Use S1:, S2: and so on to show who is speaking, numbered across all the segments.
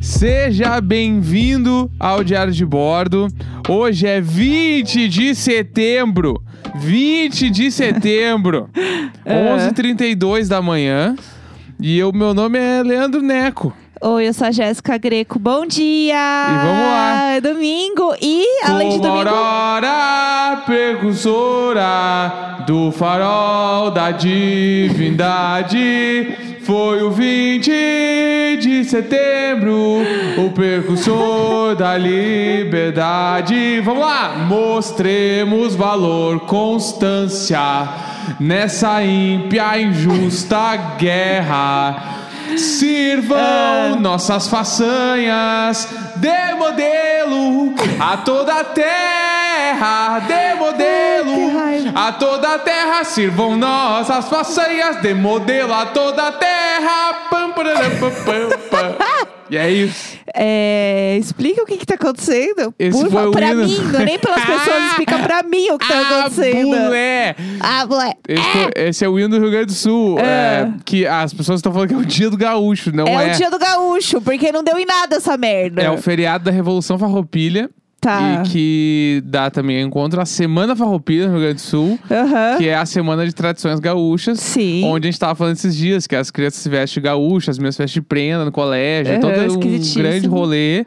S1: Seja bem-vindo ao Diário de Bordo. Hoje é 20 de setembro. 20 de setembro.
S2: É.
S1: 11h32 da manhã. E o meu nome é Leandro Neco.
S2: Oi, eu sou a Jéssica Greco. Bom dia!
S1: E vamos lá.
S2: É domingo e, além de
S1: Como
S2: domingo,
S1: aurora precursora do farol da divindade foi o 20 de setembro, o precursor da liberdade. Vamos lá! Mostremos valor, constância nessa ímpia, injusta guerra. Sirvam nossas façanhas de modelo a toda a terra, de
S2: Ai, que
S1: modelo
S2: raiva.
S1: a toda a terra. Sirvam nossas façanhas de modelo a toda a terra. Pam, pararam, pam, pam, pam. E é isso.
S2: é, explica o que que tá acontecendo.
S1: Esse
S2: Por
S1: foi
S2: favor,
S1: o
S2: pra
S1: hino.
S2: mim, não é nem pelas pessoas, explica pra mim o que tá
S1: Ah,
S2: acontecendo.
S1: bulé.
S2: Ah, moleque.
S1: Esse, foi- esse é o hino do Rio Grande do Sul.
S2: É.
S1: é, que as pessoas estão falando que é o dia do gaúcho, não
S2: É,
S1: é.
S2: o dia do gaúcho, porque não deu em nada essa merda.
S1: É o feriado da Revolução Farroupilha.
S2: Tá.
S1: E que dá também encontro à Semana Farroupilha no Rio Grande do Sul.
S2: Aham.
S1: Que é a semana de tradições gaúchas.
S2: Sim.
S1: Onde a gente tava falando esses dias, que as crianças se vestem gaúchas, as minhas vestem de prenda no colégio,
S2: Aham,
S1: todo um
S2: esquisitíssimo.
S1: grande rolê.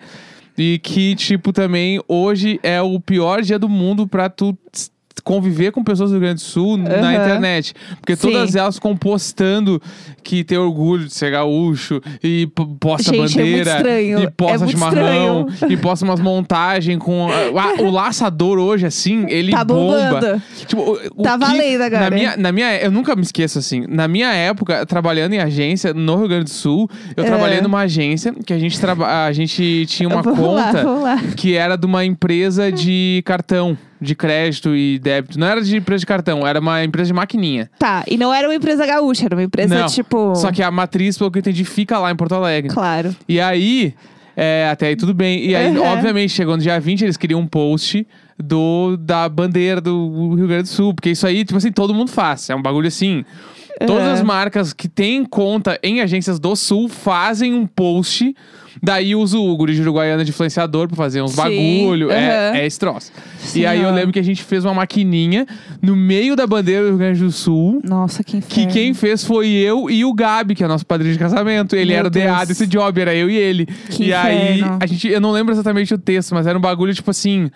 S1: E que, tipo, também hoje é o pior dia do mundo pra tu s- conviver com pessoas do Rio Grande do Sul na
S2: Aham.
S1: internet. Porque
S2: Sim.
S1: todas elas ficam postando que tem orgulho de ser gaúcho e p- posta
S2: Gente, é muito
S1: bandeira
S2: estranho.
S1: e
S2: É
S1: posta
S2: muito
S1: chimarrão e posta umas montagens com Ah, o laçador hoje assim, ele
S2: Tá
S1: bomba.
S2: bombando.
S1: Tipo, o- o
S2: Tá
S1: que-
S2: valendo agora,
S1: Na
S2: hein?
S1: minha, na minha, eu nunca me esqueço assim. Na minha época, trabalhando em agência no Rio Grande do Sul, eu
S2: É.
S1: trabalhei numa agência que a gente, traba, a gente tinha uma
S2: Vamos lá,
S1: conta
S2: vamos lá.
S1: que era de uma empresa de cartão, de crédito e débito. Não era de empresa de cartão, era uma empresa de maquininha.
S2: Tá, e não era uma empresa gaúcha, era uma empresa
S1: Não,
S2: tipo.
S1: Só que a matriz, pelo que eu entendi, fica lá em Porto Alegre.
S2: Claro.
S1: E aí, é, até aí tudo bem. E aí,
S2: Uhum.
S1: obviamente, chegou no dia 20, eles queriam um post do, da bandeira do Rio Grande do Sul. Porque isso aí, tipo assim, todo mundo faz. É um bagulho assim. Todas
S2: Uhum.
S1: as marcas que têm conta em agências do Sul fazem um post. Daí usa o guri de Uruguaiana de influenciador pra fazer uns
S2: Sim.
S1: bagulho. É,
S2: Uhum.
S1: é esse troço.
S2: Sim,
S1: e aí eu
S2: ó.
S1: lembro que a gente fez uma maquininha no meio da bandeira do Rio Grande do Sul.
S2: Nossa, que
S1: Que
S2: inferno.
S1: quem fez foi eu e o Gabi, que é nosso padrinho de casamento. Ele
S2: Meu
S1: era o DA
S2: Deus.
S1: desse job, era eu e ele.
S2: Que
S1: e aí,
S2: inferno.
S1: a gente, eu não lembro exatamente o texto, mas era um bagulho tipo assim.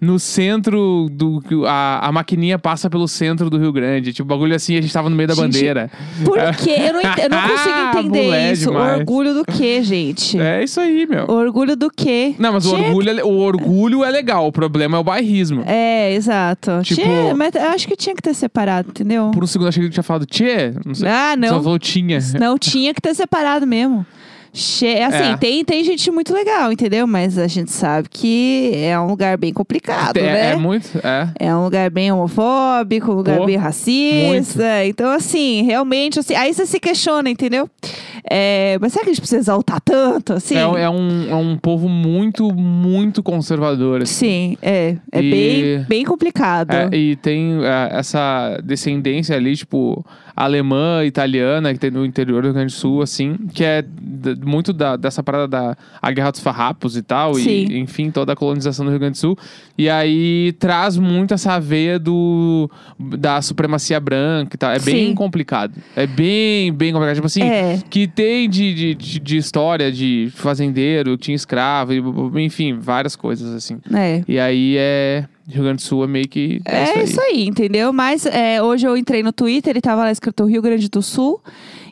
S1: No centro do. A, a maquininha passa pelo centro do Rio Grande. Tipo, bagulho assim, a gente tava no meio da
S2: Gente,
S1: bandeira.
S2: Por quê? Eu não, ent- eu não consigo
S1: Ah,
S2: entender
S1: mulher
S2: isso.
S1: demais.
S2: Orgulho do quê, gente?
S1: É isso aí, meu.
S2: Orgulho do quê?
S1: Não, mas o
S2: Tchê,
S1: orgulho, é, o orgulho é legal, o problema é o bairrismo.
S2: É, exato.
S1: Tipo-
S2: Tchê, mas eu acho que tinha que ter separado, entendeu?
S1: Por um segundo eu achei que tu tinha falado, tchê, não sei.
S2: Ah,
S1: Só
S2: não.
S1: falou tinha.
S2: Não tinha que ter separado mesmo. Che... Assim,
S1: É.
S2: tem, tem gente muito legal, entendeu? Mas a gente sabe que é um lugar bem complicado,
S1: é,
S2: né?
S1: é muito? É.
S2: É um lugar bem homofóbico, um lugar
S1: Pô,
S2: bem racista. Então, assim, realmente, assim, aí você se questiona, entendeu? É, mas será que a gente precisa exaltar tanto? Assim?
S1: É, um- é um, é um povo muito, muito conservador. assim.
S2: Sim, é. É
S1: E-
S2: bem, bem complicado.
S1: É, e tem é, essa descendência ali, tipo, alemã, italiana, que tem no interior do Rio Grande do Sul, assim, que é d- muito da- dessa parada da a Guerra dos Farrapos e tal,
S2: Sim.
S1: e enfim, toda a colonização do Rio Grande do Sul. E aí traz muito essa veia do, da supremacia branca e tal. É bem
S2: Sim.
S1: complicado. É bem, bem complicado. Tipo assim,
S2: É.
S1: que tem de, de, de- de história de fazendeiro, tinha escravo, e, enfim, várias coisas assim.
S2: É.
S1: E aí é. Rio Grande do Sul é meio que.
S2: É isso aí, entendeu? Mas é, hoje eu entrei no Twitter e tava lá escrito Rio Grande do Sul.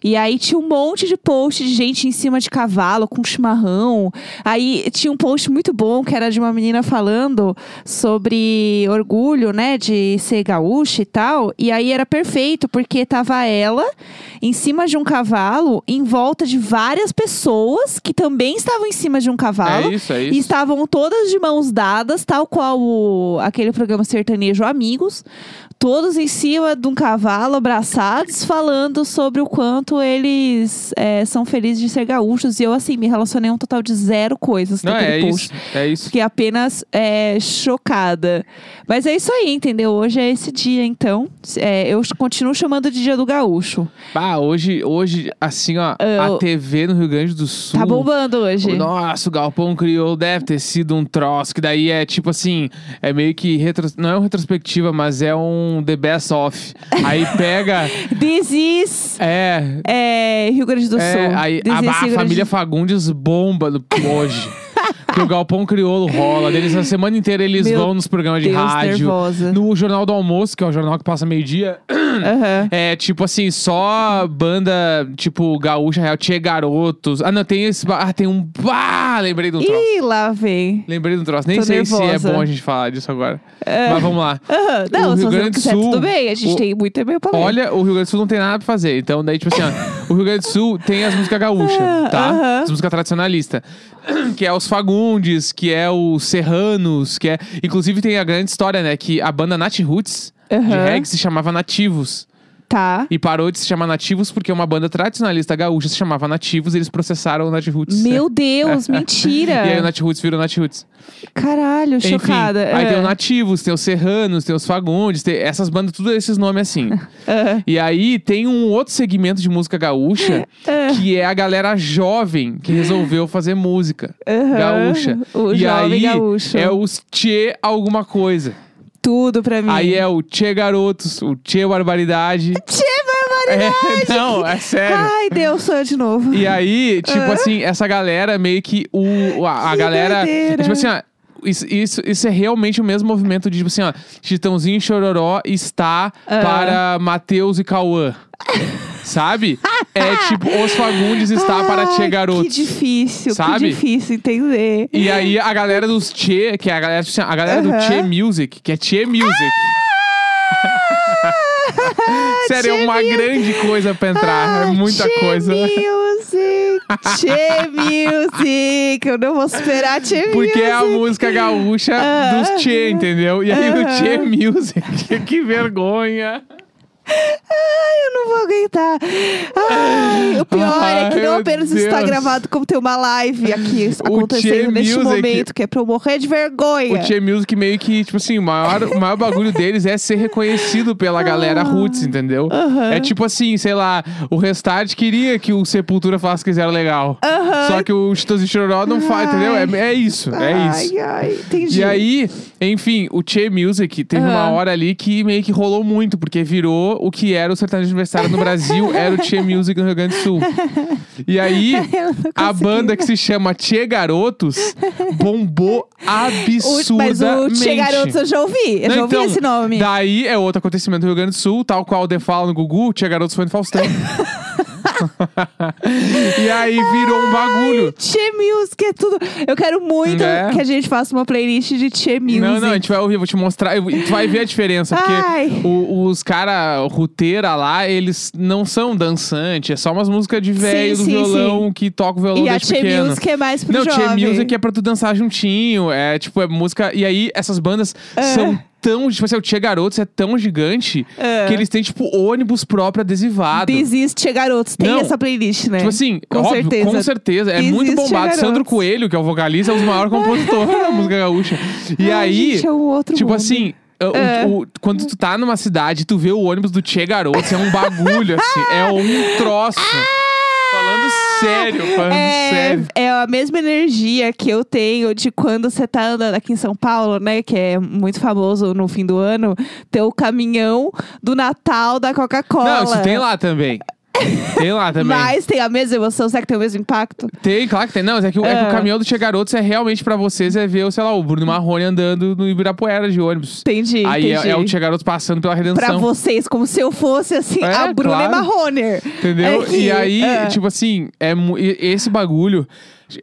S2: E aí tinha um monte de post de gente em cima de cavalo, com chimarrão. Aí tinha um post muito bom que era de uma menina falando sobre orgulho, né, de ser gaúcha e tal. E aí era perfeito, porque tava ela em cima de um cavalo, em volta de várias pessoas que também estavam em cima de um cavalo.
S1: É isso, é
S2: E
S1: isso.
S2: estavam todas de mãos dadas, tal qual o- aquele programa sertanejo Amigos. todos em cima de um cavalo, abraçados, falando sobre o quanto eles é, são felizes de ser gaúchos. E eu, assim, me relacionei a um total de zero coisas
S1: Não,
S2: naquele
S1: é
S2: post.
S1: isso. É isso.
S2: Fiquei apenas é, chocada. Mas é isso aí, entendeu? Hoje é esse dia, então. É, eu ch- continuo chamando de Dia do Gaúcho.
S1: Bah, hoje, hoje assim, ó, a
S2: Ah, Eu-
S1: TV no Rio Grande do Sul.
S2: Tá bombando hoje.
S1: Nossa, o Galpão Criou deve ter sido um troço, que daí é tipo assim, é meio que, retros- não é uma retrospectiva, mas é um The Best Of. Aí pega,
S2: This is
S1: é,
S2: é, Rio Grande do
S1: é,
S2: Sul.
S1: aí
S2: This
S1: a,
S2: is
S1: a
S2: Rio Grande
S1: família Fagundes bomba no, hoje. que o Galpão Crioulo rola. Deles a semana inteira eles
S2: Meu
S1: vão nos programas de
S2: Deus,
S1: rádio.
S2: nervosa.
S1: No Jornal do Almoço, que é o jornal que passa meio-dia.
S2: Aham.
S1: É, tipo assim, só banda, tipo, gaúcha real, Tchê Garotos. Ah, não, tem esse. ba- Ah, tem um. Ah, lembrei de um troço.
S2: Ih, lá vem.
S1: Lembrei de um troço. Nem
S2: Tô
S1: sei se é
S2: nervosa. É.
S1: bom a gente falar disso agora. Mas vamos lá.
S2: Aham. Não,
S1: O
S2: se
S1: Rio
S2: você
S1: Grande
S2: não
S1: do
S2: quiser,
S1: Sul,
S2: tudo bem. A gente
S1: o-
S2: tem muito e-mail pra ler.
S1: Olha, o Rio Grande do Sul não tem nada pra fazer. Então, daí, tipo assim, ó, o Rio Grande do Sul tem as músicas gaúchas, tá?
S2: Aham.
S1: As músicas tradicionalistas. Que é os Fagundes, que é os Serranos, que é. Inclusive, tem a grande história, né? Que a banda Nat Roots de
S2: Aham.
S1: reggae se chamava Nativos.
S2: Tá.
S1: E parou de se chamar Nativos porque uma banda tradicionalista gaúcha se chamava Nativos e eles processaram o Nat Roots. né?
S2: Meu Deus,
S1: E aí o
S2: mentira.
S1: Nat Roots virou Nat Roots.
S2: Caralho,
S1: Enfim,
S2: chocada.
S1: aí
S2: É.
S1: tem o Nativos, tem os Serranos, tem os Fagundes, tem essas bandas, tudo esses nomes assim.
S2: Aham.
S1: E aí tem um outro segmento de música gaúcha que é a galera jovem que resolveu fazer música
S2: Aham.
S1: gaúcha.
S2: O
S1: e
S2: jovem
S1: aí
S2: gaúcho.
S1: é os Tchê alguma coisa.
S2: Tudo pra mim.
S1: Aí é o Tchê Garotos, o Tchê Barbaridade.
S2: Tchê, barbaridade.
S1: É, não, é sério.
S2: Ai, Deus, sou eu de novo.
S1: E aí, tipo assim, essa galera meio que o a, a
S2: Que
S1: galera,
S2: doideira.
S1: tipo assim, ó, isso, isso, isso é realmente o mesmo movimento de, tipo assim, ó, Chitãozinho e Chororó está para Matheus e Cauã. Sabe? É tipo, os Fagundes está para
S2: Ai,
S1: Tchê Garoto.
S2: Que difícil,
S1: Sabe?
S2: que difícil entender.
S1: E aí, a galera dos Tchê, que é a galera, tipo assim, a galera do
S2: Aham.
S1: Tchê Music, que é Tchê Music. Sério, é
S2: Ah! Tchê
S1: uma grande coisa pra entrar.
S2: Ah,
S1: é muita
S2: Tchê
S1: coisa.
S2: Music, Tchê Music, eu não vou superar Tchê
S1: Porque é a
S2: Music.
S1: música gaúcha
S2: Ah.
S1: dos Tchê, entendeu? E aí o
S2: Aham.
S1: Tchê Music. que vergonha.
S2: Ai, eu não vou aguentar. Ai, o pior é que não
S1: Ai,
S2: apenas
S1: meu
S2: isso está
S1: Deus.
S2: gravado, como tem uma live aqui
S1: Tchê
S2: acontecendo neste
S1: Music-
S2: momento, que é pra eu morrer de vergonha.
S1: O Tchê Music meio que, tipo assim, o maior, o maior bagulho deles é ser reconhecido pela galera roots, entendeu?
S2: Ah. Aham.
S1: É tipo assim, sei lá, o Restart queria que o Sepultura falasse que eles eram legal.
S2: Aham.
S1: Só que o Chitãozinho e Chororó não faz,
S2: Ai.
S1: entendeu? É, é isso, é isso.
S2: Ai, ai, entendi.
S1: E aí, enfim, o Che Music teve uma
S2: Aham.
S1: hora ali que meio que rolou muito, porque virou o que era o sertanejo universitário no Brasil, era o Che Music no Rio Grande do Sul. E aí,
S2: Eu não
S1: a
S2: consegui.
S1: banda que se chama Che Garotos bombou
S2: O-
S1: absurdamente.
S2: Mas o Tchê Garotos eu já ouvi, eu
S1: Não,
S2: já ouvi
S1: então,
S2: esse nome.
S1: Daí é outro acontecimento do Rio Grande do Sul, tal qual o The Fala no Gugu, o Che Garotos foi no Faustão. e aí virou um bagulho.
S2: Tchê Music é tudo. Eu quero muito
S1: Né?
S2: que a gente faça uma playlist de Tchê Music.
S1: Não, não, a gente vai ouvir, eu vou te mostrar. eu- Tu vai ver a diferença,
S2: Ai.
S1: porque o- os cara ruteira lá, eles não são dançantes, é só umas músicas de velho do
S2: sim,
S1: violão que toca o violão
S2: E a
S1: desde
S2: Tchê
S1: pequeno.
S2: Music é mais pro
S1: não,
S2: jovem.
S1: Tchê Music é pra tu dançar juntinho, é tipo, é música. E aí, essas bandas
S2: Ah.
S1: são tão. Tipo assim, o Tchê Garotos é tão gigante
S2: É.
S1: que eles têm, tipo, ônibus próprio adesivado.
S2: Desiste, garotos. Tem
S1: Não.
S2: essa playlist, né?
S1: Tipo assim,
S2: Com
S1: óbvio,
S2: certeza.
S1: com certeza. É
S2: Existe
S1: muito bombado.
S2: garotos.
S1: Sandro Coelho, que é o vocalista, é o maior compositor da música gaúcha. E
S2: Ai,
S1: aí,
S2: gente, é um outro
S1: tipo
S2: mundo.
S1: assim, o-
S2: É.
S1: o- quando tu tá numa cidade, tu vê o ônibus do Che Garotos, é um bagulho, assim. É um troço. Falando sério, falando
S2: É,
S1: sério.
S2: é a mesma energia que eu tenho de quando você tá andando aqui em São Paulo, né? Que é muito famoso no fim do ano, ter o caminhão do Natal da Coca-Cola.
S1: Não, isso tem lá também. Tem lá também.
S2: Mas tem a mesma emoção, será que tem o mesmo impacto?
S1: Tem, claro que tem. Não, mas é que, o- é que
S2: É.
S1: o caminhão do Che Garotos é realmente pra vocês, é ver, sei lá, o Bruno Marrone andando no Ibirapuera de ônibus.
S2: Entendi.
S1: Aí é,
S2: entendi.
S1: é o Che Garotos passando pela redenção.
S2: Pra vocês, como se eu fosse assim,
S1: É,
S2: a Bruna
S1: claro.
S2: Marroner.
S1: Entendeu?
S2: É que-
S1: e aí,
S2: é.
S1: tipo assim, é, mu- e- esse bagulho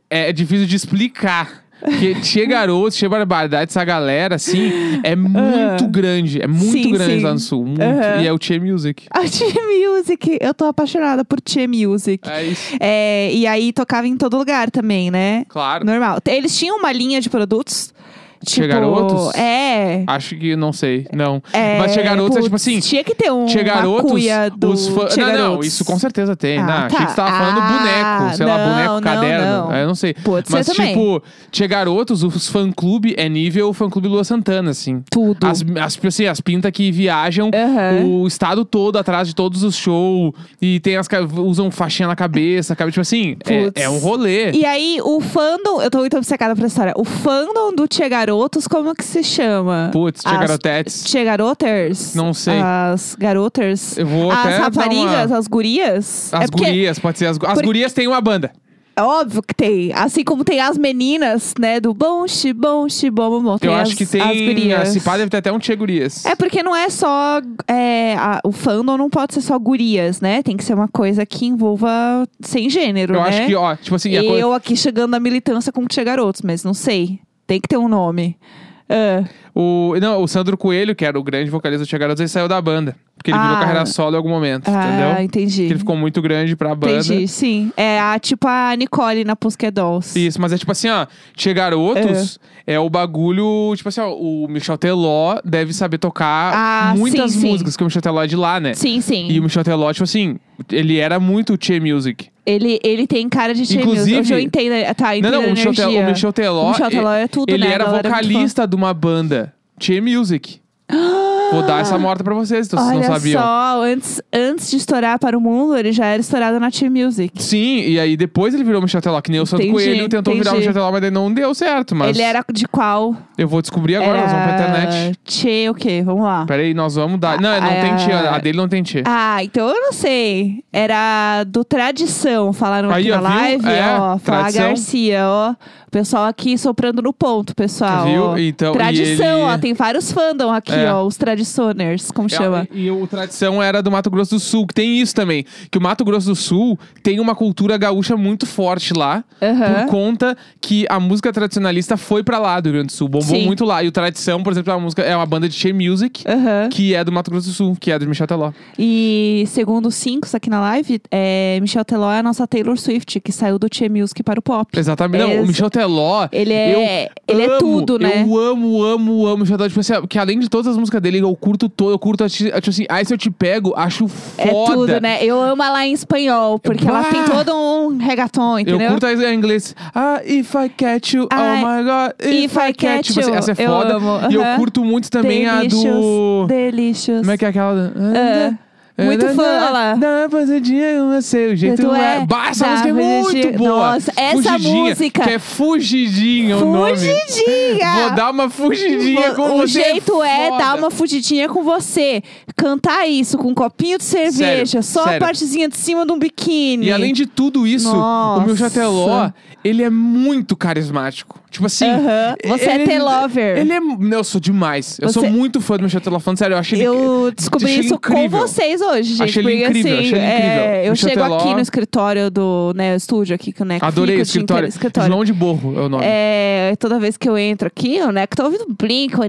S1: é difícil de explicar. Porque Tchê Garoto, Tchê Barbaridade, essa galera, assim, é muito grande. É muito
S2: Sim,
S1: grande
S2: sim.
S1: lá no sul. muito.
S2: Aham.
S1: E é o Tchê Music.
S2: A Tchê Music, eu tô apaixonada por Tchê Music.
S1: É isso.
S2: É, e aí tocava em todo lugar também, né?
S1: Claro.
S2: Normal. Eles tinham uma linha de produtos Tipo,
S1: Chegaram outros?
S2: É.
S1: Acho que não sei. Não.
S2: é
S1: Mas chegar outros é tipo
S2: putz,
S1: assim.
S2: Tinha que ter um.
S1: Tinha garotos,
S2: uma cuia do
S1: os fãs.
S2: Tinha
S1: Não, não,
S2: garotos.
S1: isso com certeza tem.
S2: Ah,
S1: né?
S2: tá.
S1: Achei que você tava falando
S2: Ah,
S1: boneco, sei lá,
S2: não,
S1: boneco,
S2: não,
S1: caderno.
S2: não.
S1: É, não sei.
S2: Pode ser
S1: Mas,
S2: também.
S1: tipo, tinha garotos, os fã-clube é nível fã-clube Lua Santana, assim.
S2: Tudo.
S1: As, as, tipo assim, as pintas que viajam
S2: Aham.
S1: o estado todo atrás de todos os shows e tem as ca- usam faixinha na cabeça, cabe, tipo assim,
S2: Putz.
S1: é, é um rolê.
S2: E aí, o fandom. Eu tô muito obcecada pra essa história. O fandom do Tia Garotos, como que se chama?
S1: Putz, tinha
S2: As-
S1: garotetes.
S2: Tia Garoters?
S1: Não sei.
S2: As garoters?
S1: Eu vou
S2: as
S1: até dar
S2: raparigas,
S1: uma-
S2: as gurias?
S1: As
S2: é porque
S1: gurias, pode ser as, gu- as
S2: Porque-
S1: gurias têm uma banda.
S2: é óbvio que tem. Assim como tem as meninas, né? Do bom, xi, bom, xi, bom, bom, bom. Tem
S1: Eu
S2: as,
S1: acho que tem.
S2: As gurias.
S1: Se pá, deve ter até um Tchê Gurias.
S2: É porque não é só. é, a- o fandom não pode ser só gurias, né? Tem que ser uma coisa que envolva sem gênero,
S1: eu
S2: né?
S1: acho que, ó, tipo assim, a
S2: eu
S1: coisa-
S2: aqui chegando na militância com Tia Garotos, mas não sei. Tem que ter um nome. Ah,
S1: o, não, o Sandro Coelho, que era o grande vocalista do Tia Garotos, ele saiu da banda. Porque ele virou
S2: Ah.
S1: carreira solo em algum momento, entendeu?
S2: ah, entendi.
S1: Porque ele ficou muito grande pra banda.
S2: Entendi, sim. É a, tipo a Nicole na Pusque Dolls.
S1: Isso, mas é tipo assim, ó, Tia Garotos é. o bagulho, tipo assim, ó, o Michel Teló deve saber tocar
S2: Ah,
S1: muitas
S2: sim, sim.
S1: músicas, porque o Michel Teló é de lá, né?
S2: Sim, sim.
S1: E o Michel Teló, tipo assim, ele era muito Tchê Music.
S2: Ele, ele tem cara de Tia
S1: Inclusive-
S2: Mills. Hoje eu entendo. Tá, eu entendo
S1: não, não, o
S2: a
S1: Michel,
S2: energia.
S1: Teló, o Michel Teló,
S2: O Michel Teló é tudo,
S1: ele
S2: né? A
S1: era
S2: galera é muito fã.
S1: vocalista de uma banda, Tchê Music. Vou dar essa morta pra vocês, então vocês
S2: Olha
S1: não sabiam.
S2: só, antes, antes de estourar para o mundo, ele já era estourado na Tia Music.
S1: Sim, e aí depois ele virou Michel Teló, que nem o Santo
S2: Entendi,
S1: Coelho tentou virar o
S2: entendi.
S1: Michel Teló, mas daí não deu certo, mas
S2: Ele era de qual?
S1: eu vou descobrir agora, nós vamos pra
S2: Era
S1: internet.
S2: Tchê o quê? Vamos lá.
S1: Peraí, nós vamos dar. Não, não
S2: Ah,
S1: tem tia.
S2: ah,
S1: A dele não tem tia.
S2: Ah, então eu não sei. Era do Tradição, falaram
S1: Aí,
S2: aqui na
S1: ó, viu?
S2: live,
S1: É,
S2: ó. Flá
S1: Tradição.
S2: Garcia, ó. O Pessoal aqui soprando no ponto, pessoal.
S1: Viu?
S2: ó.
S1: Então, e
S2: Tradição,
S1: ele-
S2: ó. Tem vários fandom aqui,
S1: É.
S2: ó. Os Tradicioners, como chama?
S1: E, e o tradição era do Mato Grosso do Sul, que tem isso também. Que o Mato Grosso do Sul tem uma cultura gaúcha muito forte lá.
S2: Aham.
S1: Por conta que a música tradicionalista foi pra lá do Rio Grande do Sul. Bombou
S2: Sim.
S1: muito lá. E o Tradição, por exemplo, é uma, música, é uma banda de Che Music,
S2: Aham.
S1: que é do Mato Grosso do Sul, que é do Michel Teló.
S2: E segundo os cinco aqui na live, é, Michel Teló é a nossa Taylor Swift, que saiu do Tchê Music para o pop.
S1: Exatamente. Não,
S2: Ex-
S1: o Michel Teló.
S2: Ele é-
S1: eu
S2: ele é
S1: amo,
S2: tudo, né?
S1: Eu amo, amo, amo o Michel Teló. Tipo assim, que além de todas as músicas dele, eu curto todo. Eu curto, tipo assim, aí se eu te pego, acho foda.
S2: É tudo, né? Eu amo ela em espanhol, porque ela
S1: Bah!
S2: tem todo um regaton,
S1: Eu
S2: entendeu? Ah,
S1: curto a em inglês. Ah, if I catch you, oh
S2: Ai,
S1: my god, if, I catch you. Tipo assim, essa é
S2: eu
S1: foda.
S2: amo,
S1: E eu
S2: aham.
S1: curto muito também
S2: Delicious,
S1: a do.
S2: Delicious.
S1: Como é que é aquela?
S2: É. Muito fã, olha lá.
S1: Dá pra fazer dia o seu jeito
S2: Jeito
S1: é.
S2: é.
S1: Bah, essa
S2: Dá
S1: música é
S2: pra fazer
S1: muito
S2: dia-
S1: boa.
S2: Nossa, essa
S1: Fugidinha,
S2: música-
S1: Que é Fugidinha é o nome.
S2: Fugidinha!
S1: Vou dar uma fugidinha com
S2: o
S1: você.
S2: jeito é
S1: foda.
S2: dar uma fugidinha com você. Cantar isso com um copinho de cerveja,
S1: Sério,
S2: só a
S1: sério.
S2: partezinha de cima de um biquíni.
S1: E além de tudo isso,
S2: Nossa.
S1: o meu chateló, ele é muito carismático. Tipo assim.
S2: Aham. Você é
S1: ele-
S2: telover.
S1: Ele é. Não, eu sou demais. Eu
S2: Você-
S1: sou muito fã do meu chateló. Falando sério, eu achei ele. é-
S2: Eu descobri
S1: achei ele
S2: isso com
S1: incrível.
S2: vocês hoje, gente.
S1: Achei ele
S2: porque
S1: incrível,
S2: assim,
S1: achei ele
S2: é,
S1: incrível.
S2: eu
S1: Michel
S2: chego
S1: Teló.
S2: aqui no escritório do né, estúdio aqui que o Neco
S1: Adorei o
S2: fica, eu tinha
S1: escritório.
S2: que- escritório.
S1: João de Borro é o nome.
S2: É, toda vez que eu entro aqui, o Neco tá ouvindo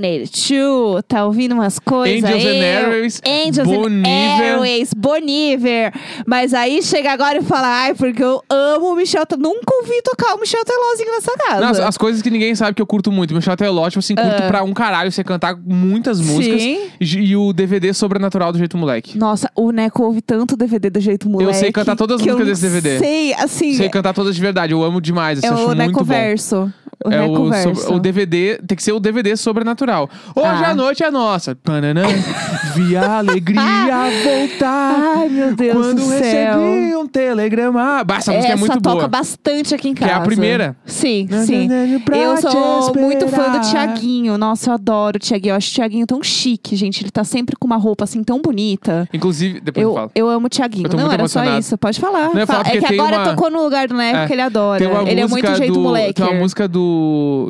S2: Blink-182, tá ouvindo umas coisas
S1: Angels
S2: aí.
S1: and Airways,
S2: Angels
S1: Bon
S2: and
S1: Iver.
S2: Airways, Boniver. Mas aí chega agora e fala, ai, porque eu amo o Michel Teló. Nunca ouvi tocar o Michel Telózinho nessa casa.
S1: Não, as, as coisas que ninguém sabe que eu curto muito. Meu chateló, tipo assim, curto pra um caralho. Você cantar muitas músicas.
S2: É. Sim.
S1: E, e o DVD Sobrenatural do Jeito Moleque.
S2: Nossa, o Neco ouve tanto DVD do jeito moleque.
S1: sei cantar todas as
S2: que eu
S1: músicas desse
S2: não
S1: DVD.
S2: Sei, assim,
S1: Sei cantar todas de verdade. Eu amo demais. Assim,
S2: é
S1: eu acho
S2: o
S1: muito bom.
S2: Necoverso. O
S1: É o,
S2: Necoverso.
S1: sobre- o DVD, tem que ser o DVD sobrenatural. Hoje
S2: Ah.
S1: a noite é nossa. Pananã, vi a alegria voltar.
S2: Ai, meu Deus
S1: quando
S2: do céu.
S1: recebi um telegrama. Bah, essa música é muito
S2: toca
S1: boa.
S2: bastante aqui em
S1: é
S2: casa.
S1: a primeira.
S2: Sim,
S1: Na,
S2: sim.
S1: na, na, pra
S2: Eu
S1: te
S2: sou muito fã do
S1: esperar.
S2: Tiaguinho. Nossa, eu adoro o Tiaguinho. Eu acho o Tiaguinho tão chique, gente. Ele tá sempre com uma roupa assim tão bonita.
S1: Inclusive, depois eu,
S2: Eu,
S1: falo.
S2: eu amo o Tiaguinho.
S1: Eu tô
S2: Não,
S1: muito
S2: era só
S1: emocionado.
S2: isso. Pode falar.
S1: Não, eu ia
S2: Fala.
S1: falar
S2: É
S1: porque
S2: que
S1: tem
S2: agora
S1: uma-
S2: tocou no lugar do Neco,
S1: É.
S2: que ele adora.
S1: Tem uma
S2: ele é
S1: música
S2: muito jeito
S1: do,
S2: moleque.
S1: Tem uma música do.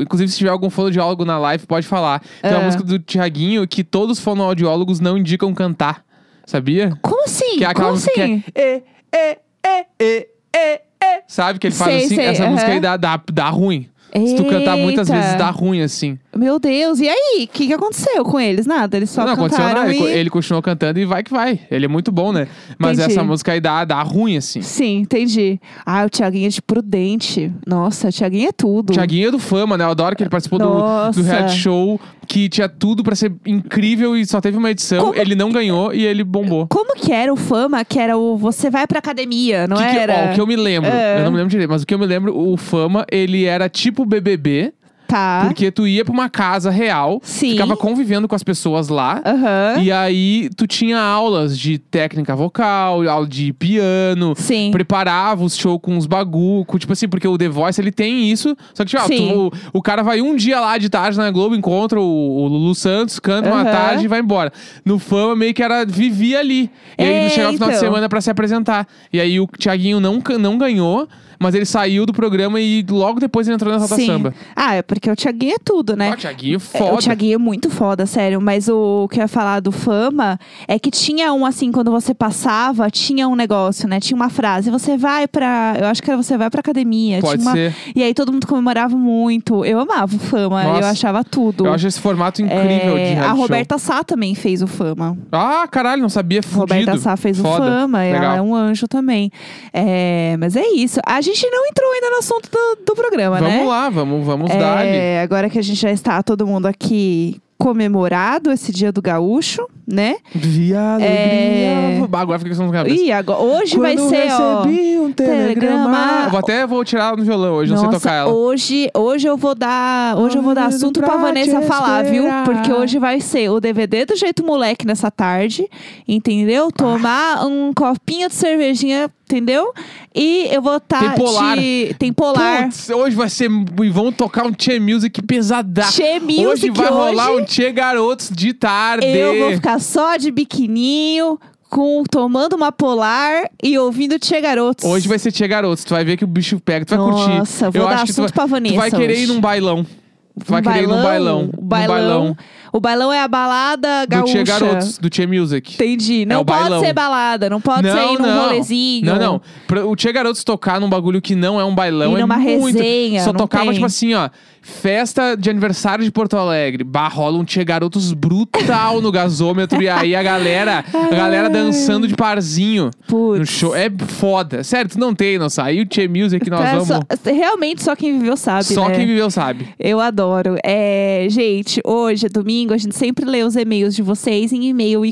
S1: Inclusive, se tiver algum fonoaudiólogo na live, pode falar. Tem
S2: É.
S1: uma música do Tiaguinho que todos os fonoaudiólogos não indicam cantar. Sabia?
S2: Como assim?
S1: Que é aquela
S2: Como
S1: música
S2: assim?
S1: que é. "E, e, e, e, e, e", Sabe que ele faz
S2: Sei,
S1: assim?
S2: sei,
S1: essa
S2: aham.
S1: música aí dá, dá, dá ruim. Se tu cantar muitas
S2: Eita.
S1: vezes, dá ruim, assim.
S2: Meu Deus, e aí? O que, que aconteceu com eles? Nada, eles só
S1: não aconteceu
S2: cantaram
S1: nada.
S2: e...
S1: Ele co- Ele continuou cantando e vai que vai. Ele é muito bom, né? Mas
S2: Entendi.
S1: essa música aí dá, dá ruim, assim.
S2: Sim, entendi. Ah, o Thiaguinho é de Prudente. Nossa, o Thiaguinho é tudo.
S1: Tiaguinho é do Fama, né? Eu adoro que ele participou do,
S2: Nossa.
S1: do reality show que tinha tudo pra ser incrível e só teve uma edição.
S2: Como
S1: Ele não ganhou e ele bombou.
S2: Como que era o Fama? Que era o Você vai pra academia, não
S1: que que-
S2: era?
S1: ó, o que eu me lembro,
S2: É.
S1: eu não me lembro direito, mas o que eu me lembro, o Fama, ele era tipo BBB,
S2: Tá.
S1: porque tu ia pra uma casa real,
S2: Sim.
S1: ficava convivendo com as pessoas lá.
S2: Aham.
S1: E aí, tu tinha aulas de técnica vocal, aula de piano,
S2: Sim.
S1: preparava os shows com uns bagulho, tipo assim, porque o The Voice ele tem isso, só que tipo, ah,
S2: Sim.
S1: tu- o, o cara vai um dia lá de tarde na Globo, encontra o, o Lulu Santos, canta uma
S2: Aham.
S1: tarde e vai embora. No Fama meio que era vivia ali. E aí
S2: É,
S1: ele chegava no final de
S2: então.
S1: semana pra se apresentar. E aí o Thiaguinho não, can- não ganhou, mas ele saiu do programa e logo depois ele entrou na Salta
S2: Sim.
S1: Samba.
S2: Ah, é porque o Thiaguinho é tudo, né?
S1: Ah, o Thiaguinho
S2: É,
S1: foda.
S2: O Thiaguinho é muito foda, sério. Mas o que eu ia falar do fama é que tinha um, assim, quando você passava, tinha um negócio, né? Tinha uma frase, você vai pra. Eu acho que era você vai pra academia.
S1: Pode
S2: tinha uma-
S1: ser.
S2: E aí todo mundo comemorava muito. Eu amava o fama,
S1: Nossa.
S2: eu achava tudo.
S1: Eu acho esse formato
S2: É,
S1: incrível de reality
S2: A
S1: show.
S2: Roberta Sá também fez o fama.
S1: Ah, caralho, não sabia, fudido.
S2: Roberta Sá fez
S1: Foda.
S2: o Fama, e ela
S1: Legal.
S2: é um anjo também. É, mas é isso. A gente não entrou ainda no assunto do, do programa,
S1: Vamos
S2: né?
S1: lá, vamos, vamos dar ali.
S2: É, agora que a gente já está todo mundo aqui comemorado esse dia do gaúcho, né?
S1: Via
S2: É.
S1: alegria. Bah, Agora fica com os cabeça.
S2: E agora, hoje
S1: Quando
S2: vai ser, ó.
S1: recebi um telegrama.
S2: telegrama.
S1: Eu Vou até vou tirar ela no violão hoje, não
S2: Nossa,
S1: sei tocar ela.
S2: hoje, hoje eu vou dar, hoje eu vou dar
S1: Olhando
S2: assunto
S1: pra
S2: pra Vanessa
S1: te
S2: falar, viu?
S1: esperar.
S2: Porque hoje vai ser o DVD do jeito moleque nessa tarde, entendeu?
S1: Ah.
S2: Tomar um copinho de cervejinha, entendeu? E eu vou estar
S1: Tem polar.
S2: de tem polar.
S1: Putz, hoje vai ser. E vão tocar um Tchê Music pesadaço.
S2: Tchê Music
S1: tá. Hoje vai
S2: hoje.
S1: rolar um Tchê Garotos de tarde.
S2: Eu vou ficar só de biquininho, com tomando uma polar e ouvindo Tchê Garotos.
S1: Hoje vai ser Tchê Garotos. Tu vai ver que o bicho pega, tu vai
S2: Nossa,
S1: curtir.
S2: Nossa, vou
S1: Eu
S2: dar
S1: acho que tu
S2: assunto
S1: vai,
S2: pra Vanessa.
S1: tu vai querer
S2: hoje.
S1: ir num bailão. Tu
S2: Um
S1: vai querer ir num bailão.
S2: O
S1: Num
S2: bailão, O bailão é a balada
S1: Do
S2: gaúcha.
S1: Tchê Garotos, do Tchê Music.
S2: Entendi. Não
S1: É o
S2: pode
S1: bailão.
S2: ser balada, não pode
S1: não,
S2: ser ir num
S1: não.
S2: rolezinho.
S1: Não, não. Pra- o Tia Garotos tocar num bagulho que não é um bailão
S2: Ir
S1: é
S2: numa
S1: muito...
S2: resenha,
S1: Só
S2: não
S1: tocava,
S2: tem.
S1: tipo assim, ó. Festa de aniversário de Porto Alegre. Bah, rola um Tia Garotos brutal no gasômetro. E aí a galera, a galera dançando de parzinho no
S2: Putz.
S1: show. É foda. Sério, tu não tem noção. Aí o Tia Music nós
S2: É
S1: vamos...
S2: só- realmente só quem viveu sabe,
S1: Só
S2: né?
S1: quem viveu sabe.
S2: Eu adoro. É, gente, hoje, é domingo, a gente sempre lê os e-mails de vocês em e-mail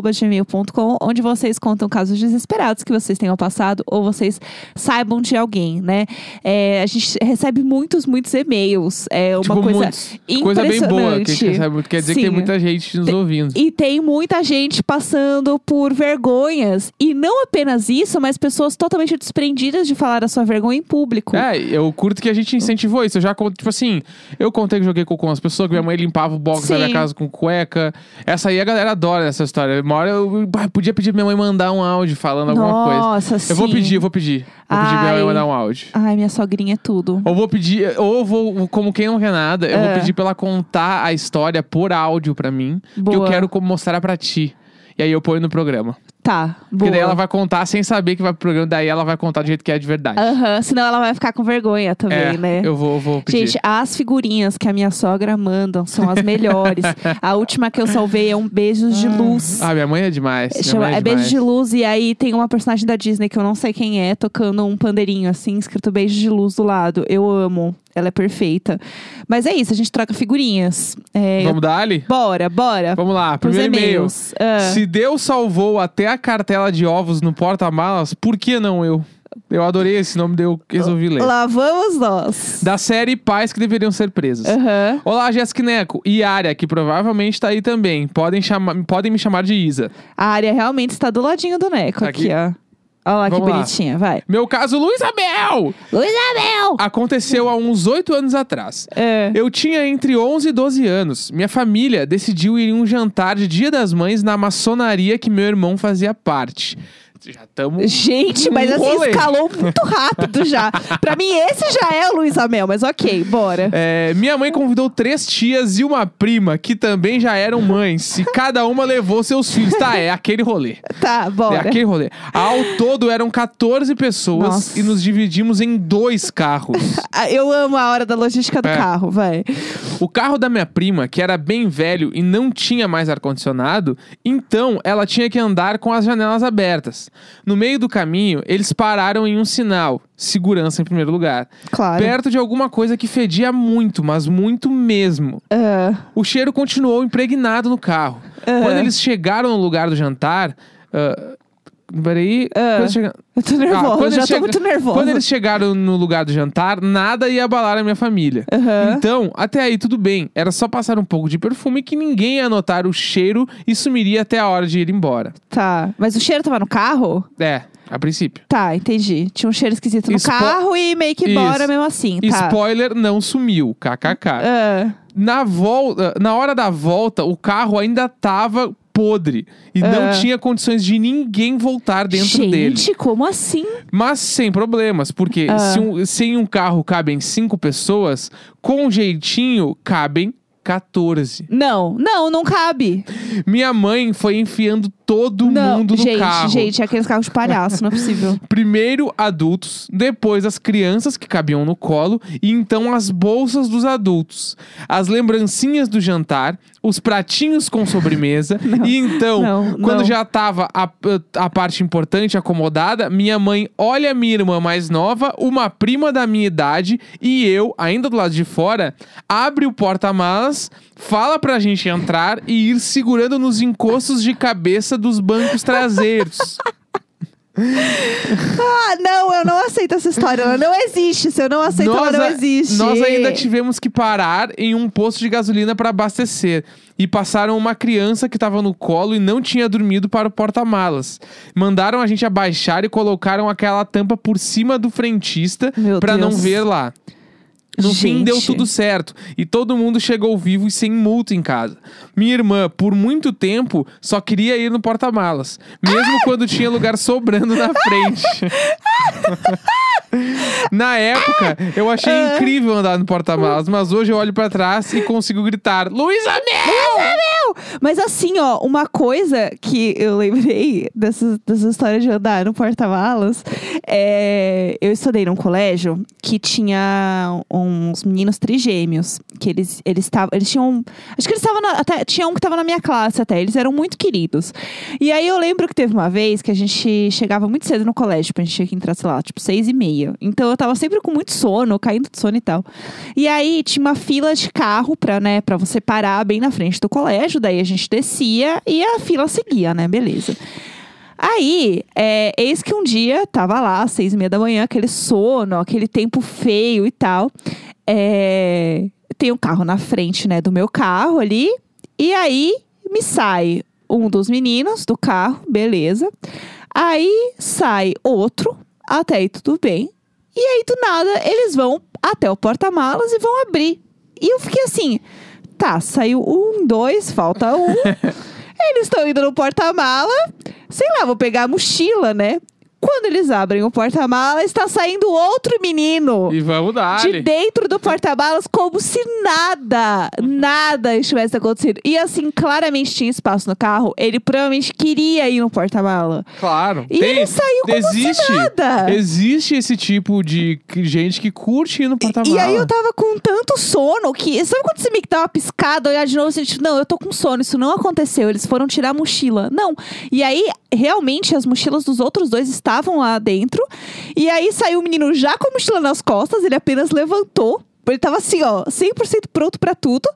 S2: icônico.gmail.com, onde vocês contam casos desesperados que vocês tenham passado ou vocês saibam de alguém, né? É, a gente recebe muitos, muitos e-mails. É uma
S1: tipo,
S2: coisa
S1: muitos.
S2: impressionante.
S1: Coisa bem boa. Que a gente recebe muito. Quer dizer que tem
S2: Sim.
S1: muita gente nos ouvindo.
S2: E tem muita gente passando por vergonhas. E não apenas isso, mas pessoas totalmente desprendidas de falar a sua vergonha em público.
S1: É, eu curto que a gente incentivou isso. Eu já conto, tipo assim, eu contei que joguei cocô com as pessoas, que minha mãe limpava o box da
S2: Sim.
S1: minha casa com cueca. Essa aí a galera adora essa história. Uma hora eu bah, podia pedir pra minha mãe mandar um áudio falando alguma coisa.
S2: Nossa, sim.
S1: Eu vou pedir, eu vou pedir. Vou pedir pra minha
S2: Ai.
S1: mãe mandar um áudio.
S2: Ai, minha sogrinha é tudo.
S1: Ou vou pedir, ou vou, como quem não quer nada, eu vou
S2: É.
S1: pedir pra ela contar a história por áudio pra mim, que eu
S2: Boa.
S1: quero como mostrar pra ti. E aí eu ponho no programa.
S2: Tá, boa.
S1: Porque daí ela vai contar sem saber que vai pro programa, daí ela vai contar do jeito que é de verdade.
S2: Aham, senão ela vai ficar com vergonha também,
S1: é,
S2: né?
S1: Eu vou, vou pedir.
S2: Gente, as figurinhas que a minha sogra manda são as melhores. a última que eu salvei é um Beijos de Luz.
S1: Ah, minha mãe é demais. minha
S2: Chama-
S1: mãe
S2: é
S1: é
S2: Beijo
S1: demais.
S2: de Luz, e aí tem uma personagem da Disney que eu não sei quem é, tocando um pandeirinho assim, escrito Beijo de Luz do lado. Eu amo, ela é perfeita. Mas é isso, a gente troca figurinhas. É,
S1: Vamos dar ali?
S2: Bora, bora.
S1: Vamos lá,
S2: É. pros
S1: primeiro e-mail.
S2: e-mails. Ah,
S1: Se Deus salvou até a cartela de ovos no porta-malas, por que não eu? Eu adorei esse nome, daí eu resolvi ler.
S2: lá vamos nós.
S1: Da série Pais que deveriam ser presos.
S2: Aham.
S1: Olá, Jéssica e Neco e Aria, que provavelmente tá aí também. Podem, chamar, podem me chamar de Isa.
S2: A área realmente está do ladinho do Neco
S1: Tá
S2: aqui,
S1: aqui.
S2: ó. Olha lá
S1: Vamos
S2: que
S1: lá.
S2: bonitinha, vai.
S1: Meu caso, Luizabel!
S2: Luizabel!
S1: Aconteceu há uns oito anos atrás.
S2: É.
S1: Eu tinha entre 11 e 12 anos. Minha família decidiu ir em um jantar de Dia das Mães na maçonaria que meu irmão fazia parte. Já estamos.
S2: Gente, mas
S1: Um
S2: assim
S1: rolê.
S2: escalou muito rápido já. pra mim, esse já é o Luiz Amel, mas ok, bora.
S1: É, minha mãe convidou três tias e uma prima, que também já eram mães, e cada uma levou seus filhos. Tá, é aquele rolê.
S2: Tá,
S1: É
S2: bora.
S1: aquele rolê. Ao todo eram 14 pessoas
S2: Nossa.
S1: e nos dividimos em dois carros.
S2: Ah, Eu amo a hora da logística do
S1: É.
S2: carro, vai.
S1: O carro da minha prima, que era bem velho e não tinha mais ar-condicionado, então ela tinha que andar com as janelas abertas. No meio do caminho, eles pararam em um sinal. Segurança em primeiro lugar.
S2: Claro.
S1: Perto de alguma coisa que fedia muito, mas muito mesmo.
S2: Ah,
S1: O cheiro continuou impregnado no carro. Quando eles chegaram no lugar do jantar. ah, peraí.
S2: Ah.
S1: Quando chega-
S2: eu tô
S1: Ah,
S2: nervosa,
S1: quando
S2: já
S1: eles
S2: tô
S1: chega-
S2: muito nervosa.
S1: Quando eles chegaram no lugar do jantar, nada ia abalar a minha família.
S2: Aham.
S1: Então, até aí tudo bem. Era só passar um pouco de perfume que ninguém ia notar o cheiro e sumiria até a hora de ir embora.
S2: Tá. Mas o cheiro tava no carro?
S1: É, a princípio.
S2: Tá, entendi. Tinha um cheiro esquisito no
S1: Espo-
S2: carro e meio que
S1: Isso.
S2: bora mesmo assim, tá.
S1: Spoiler, não sumiu. KKK.
S2: Ah,
S1: Na, volta, na hora da volta, o carro ainda tava podre. E não
S2: Ah.
S1: tinha condições de ninguém voltar dentro
S2: gente,
S1: dele.
S2: como assim?
S1: Mas sem problemas, porque
S2: Ah.
S1: se um, se em um carro cabem cinco pessoas, com jeitinho cabem 14.
S2: Não, não, não cabe.
S1: Minha mãe foi enfiando todo
S2: não,
S1: mundo no
S2: gente,
S1: carro.
S2: gente, é aqueles carros de palhaço, não é possível.
S1: Primeiro adultos, depois as crianças que cabiam no colo e então as bolsas dos adultos, as lembrancinhas do jantar, os pratinhos com sobremesa e então
S2: não,
S1: quando
S2: não.
S1: já tava a, a parte importante acomodada, minha mãe olha minha irmã mais nova, uma prima da minha idade e eu ainda do lado de fora abre o porta-malas, fala pra gente entrar e ir segurando nos encostos de cabeça dos bancos traseiros.
S2: Ah, não, eu não aceito essa história. Ela não existe. Se eu não aceito, ela então não
S1: a-
S2: existe.
S1: nós ainda tivemos que parar em um posto de gasolina para abastecer. E passaram uma criança que estava no colo e não tinha dormido para o porta-malas. Mandaram a gente abaixar e colocaram aquela tampa por cima do frentista
S2: Meu
S1: para não
S2: Deus.
S1: ver lá. No fim
S2: Gente.
S1: deu tudo certo e todo mundo chegou vivo e sem multa em casa. Minha irmã, por muito tempo, só queria ir no porta-malas,
S2: Ah!
S1: mesmo quando tinha lugar sobrando na frente. Na época, eu achei
S2: Ah.
S1: incrível andar no porta-malas, mas hoje eu olho pra trás e consigo gritar: Luísa Mel!
S2: Mas assim, ó, uma coisa que eu lembrei dessa, dessa história de andar no porta-malas é. Eu estudei num colégio que tinha uns meninos trigêmeos. Que eles eles tavam, Eles tinham. Acho que eles estavam. na- Até, tinha um que tava na minha classe até. Eles eram muito queridos. E aí eu lembro que teve uma vez que a gente chegava muito cedo no colégio, tipo, a gente tinha que entrar, sei lá, tipo, seis e meia. Então eu tava sempre com muito sono, caindo de sono e tal. E aí tinha uma fila de carro pra, né, pra você parar bem na frente do colégio. Daí a gente descia e a fila seguia, né? Beleza. Aí, é, eis que um dia, tava lá, às seis e meia da manhã, aquele sono, aquele tempo feio e tal. É, tem um carro na frente, né, do meu carro ali. E aí, me sai um dos meninos do carro, beleza. Aí, sai outro, até aí tudo bem. E aí, do nada, eles vão até o porta-malas e vão abrir. E eu fiquei assim, tá, saiu um, dois, falta um. eles estão indo no porta-mala, sei lá, vou pegar a mochila, né? Quando eles abrem o porta-mala, está saindo outro menino
S1: E vamos dar.
S2: de dentro do porta-malas como se nada, nada estivesse acontecido. E assim, claramente tinha espaço no carro, ele provavelmente queria ir no porta-mala.
S1: Claro.
S2: E ele saiu como se
S1: existe,
S2: nada.
S1: Existe esse tipo de c- gente que curte ir no porta-malas.
S2: E aí eu tava com tanto sono que. Sabe quando você meio que dá uma piscada, olhar de novo assim, tipo, não, eu tô com sono, isso não aconteceu. Eles foram tirar a mochila. Não. E aí, realmente, as mochilas dos outros dois estavam lá dentro. E aí saiu o menino já com a mochila nas costas, ele apenas levantou. Ele tava assim, ó, 100% pronto pra tudo.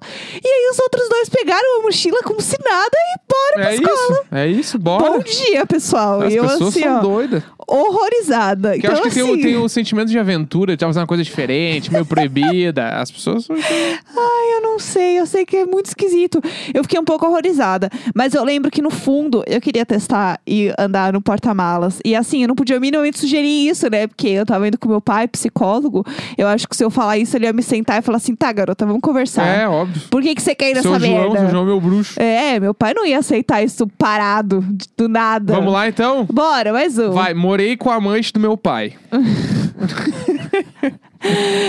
S2: E aí os outros dois pegaram a mochila como se nada e bora pra
S1: É
S2: escola.
S1: isso, é isso, bora.
S2: Bom dia, pessoal.
S1: As
S2: E eu
S1: pessoas
S2: assim,
S1: são
S2: ó.
S1: doidas.
S2: horrorizada.
S1: Que
S2: então,
S1: eu acho que
S2: assim,
S1: tem, o, tem o sentimento de aventura, de fazer uma coisa diferente, meio proibida. As pessoas.
S2: Ai, eu não sei, eu sei que é muito esquisito. Eu fiquei um pouco horrorizada. Mas eu lembro que no fundo eu queria testar e andar no porta-malas. E assim, eu não podia minimamente sugerir isso, né? Porque eu tava indo com meu pai, psicólogo. Eu acho que se eu falar isso, ele ia me sentar e falar assim: tá, garota, vamos conversar.
S1: É, óbvio.
S2: Por que, que você quer ir nessa
S1: Seu João,
S2: merda?
S1: seu João é meu bruxo.
S2: É, meu pai não ia aceitar isso parado, de- do nada.
S1: Vamos lá então?
S2: Bora, mais um.
S1: Vai, morei com a amante do meu pai.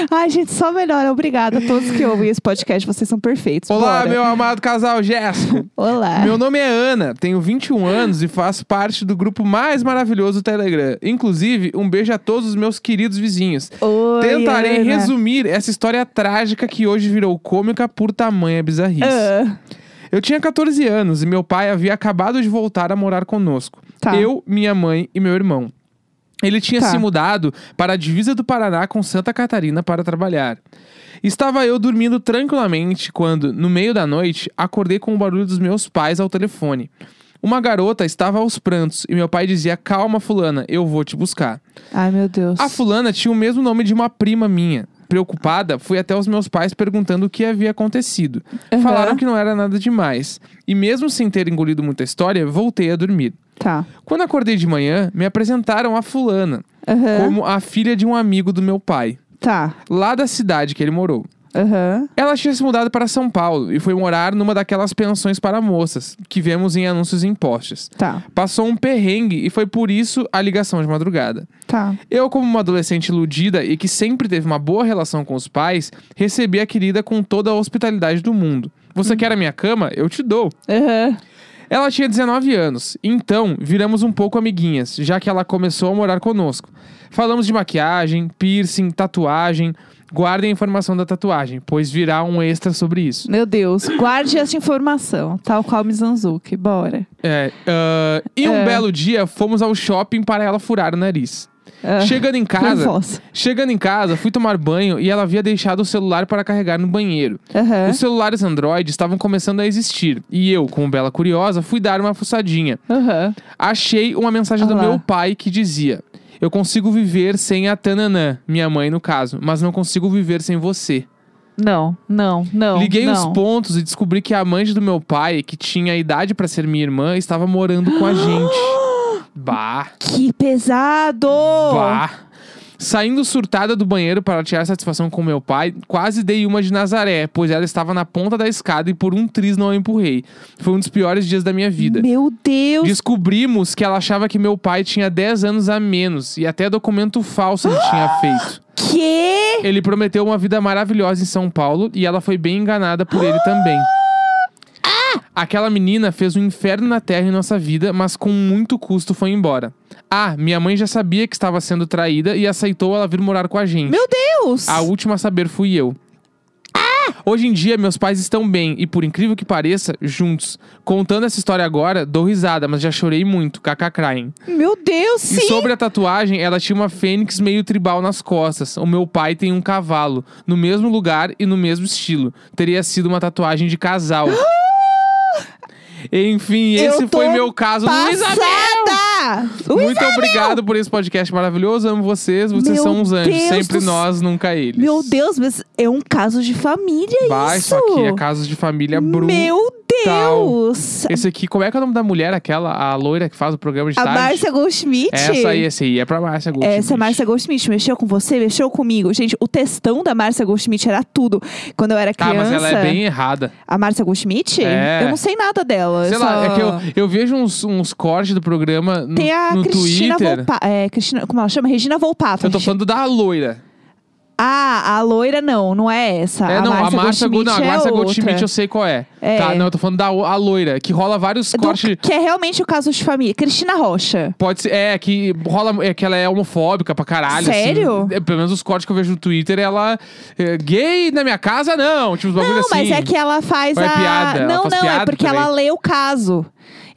S2: Ai, gente, só melhora. Obrigada a todos que ouvem esse podcast. Vocês são perfeitos.
S1: Olá,
S2: Bora.
S1: meu amado casal Jéssico.
S2: Olá.
S1: Meu nome é Ana, tenho 21 anos e faço parte do grupo mais maravilhoso do Telegram. Inclusive, um beijo a todos os meus queridos vizinhos.
S2: Oi,
S1: Tentarei
S2: Ana.
S1: resumir essa história trágica que hoje virou cômica por tamanha bizarrice.
S2: Ah,
S1: Eu tinha 14 anos e meu pai havia acabado de voltar a morar conosco.
S2: Tá.
S1: Eu, minha mãe e meu irmão. Ele tinha
S2: Tá.
S1: se mudado para a divisa do Paraná com Santa Catarina para trabalhar. Estava eu dormindo tranquilamente quando, no meio da noite, acordei com o barulho dos meus pais ao telefone. Uma garota estava aos prantos e meu pai dizia: Calma, Fulana, eu vou te buscar.
S2: Ai, meu Deus.
S1: A fulana tinha o mesmo nome de uma prima minha. Preocupada, fui até os meus pais perguntando o que havia acontecido.
S2: Uhum.
S1: Falaram que não era nada demais. E mesmo sem ter engolido muita história, voltei a dormir.
S2: Tá.
S1: Quando acordei de manhã, me apresentaram a fulana
S2: Aham.
S1: como a filha de um amigo do meu pai,
S2: Tá.
S1: lá da cidade que ele morou.
S2: Aham.
S1: Ela tinha se mudado para São Paulo e foi morar numa daquelas pensões para moças que vemos em anúncios em postes.
S2: Tá.
S1: Passou um perrengue e foi por isso a ligação de madrugada.
S2: Tá.
S1: Eu, como uma adolescente iludida e que sempre teve uma boa relação com os pais, recebi a querida com toda a hospitalidade do mundo. Você quer a minha cama? Eu te dou.
S2: Aham.
S1: Ela tinha 19 anos, então viramos um pouco amiguinhas, já que ela começou a morar conosco. Falamos de maquiagem, piercing, tatuagem. Guardem a informação da tatuagem, pois virá um extra sobre isso.
S2: Meu Deus. Guarde essa informação. Tal qual Mizanzuki. Bora.
S1: É, ah, e um
S2: É.
S1: belo dia fomos ao shopping para ela furar o nariz.
S2: Ah,
S1: Chegando em casa,
S2: nervosa.
S1: Chegando em casa, fui tomar banho e ela havia deixado o celular para carregar no banheiro.
S2: Aham.
S1: Os celulares Android estavam começando a existir e eu, como bela curiosa, fui dar uma fuçadinha.
S2: Aham.
S1: Achei uma mensagem do
S2: Olá.
S1: meu pai que dizia: Eu consigo viver sem a Tananã, minha mãe no caso, mas não consigo viver sem você.
S2: Não, não, não.
S1: Liguei
S2: não.
S1: os pontos e descobri que a amante do meu pai, que tinha a idade para ser minha irmã, estava morando com a gente. Bah.
S2: Que pesado!
S1: Bah. Saindo surtada do banheiro para tirar satisfação com meu pai, quase dei uma de Nazaré, pois ela estava na ponta da escada e por um triz não a empurrei. Foi um dos piores dias da minha vida.
S2: Meu Deus!
S1: Descobrimos que ela achava que meu pai tinha 10 anos a menos e até documento falso ele tinha feito.
S2: Que?
S1: Ele prometeu uma vida maravilhosa em São Paulo e ela foi bem enganada por ele também. Aquela menina fez um inferno na terra em nossa vida, mas com muito custo foi embora. Ah, minha mãe já sabia que estava sendo traída e aceitou ela vir morar com a gente.
S2: Meu Deus!
S1: A última a saber fui eu. Hoje em dia, meus pais estão bem e, por incrível que pareça, juntos. Contando essa história agora, dou risada, mas já chorei muito. Kaká crying.
S2: Meu Deus,
S1: E
S2: sim!
S1: sobre a tatuagem, ela tinha uma fênix meio tribal nas costas. O meu pai tem um cavalo, no mesmo lugar e no mesmo estilo. Teria sido uma tatuagem de casal. Enfim,
S2: Eu
S1: esse
S2: tô
S1: foi meu caso. Luísa Mel!
S2: Passada! Luísa
S1: Muito obrigado por esse podcast maravilhoso. Amo vocês. Vocês
S2: Meu
S1: são uns anjos.
S2: Deus
S1: Sempre
S2: do
S1: nós, nunca eles.
S2: Meu Deus, mas é um caso de família
S1: Bah, isso
S2: isso.
S1: aqui é casos de família brutal.
S2: Meu Deus!
S1: Esse aqui, como é que é o nome da mulher aquela, a loira que faz o programa de
S2: A
S1: tarde?
S2: Márcia Goldschmidt.
S1: Essa aí, esse aí é pra Márcia Goldschmidt.
S2: Essa Márcia Goldschmidt mexeu com você, mexeu comigo. Gente, o textão da Márcia Goldschmidt era tudo. Quando eu era
S1: Tá,
S2: criança.
S1: mas ela é bem errada.
S2: A Márcia Goldschmidt?
S1: É.
S2: Eu não sei nada dela.
S1: Sei
S2: eu
S1: lá,
S2: só-
S1: é que eu, eu vejo uns, uns cortes do programa no,
S2: Tem a
S1: no
S2: Cristina
S1: Twitter.
S2: Volpato. É, Cristina, como ela chama? Regina Volpato.
S1: Eu tô falando da loira.
S2: Ah, a loira não, não é essa.
S1: é, não, a Márcia
S2: Goldschmidt.
S1: Goldschmidt, não, a
S2: é
S1: Márcia
S2: outra.
S1: Goldschmidt eu sei qual é.
S2: É.
S1: Tá, não, eu tô falando da o- a loira, que rola vários
S2: Do-
S1: cortes.
S2: que é realmente o caso de família. Cristina Rocha.
S1: Pode ser, é, que rola, é que ela é homofóbica pra caralho. assim.
S2: Sério?
S1: É, pelo menos os cortes que eu vejo no Twitter, ela. é, gay na minha casa, não. Tipo, os bagulho
S2: Não,
S1: assim.
S2: mas é que ela faz
S1: Ou é
S2: a.
S1: piada? Ela
S2: Não,
S1: faz
S2: não,
S1: piada
S2: é porque
S1: também?
S2: ela lê o caso.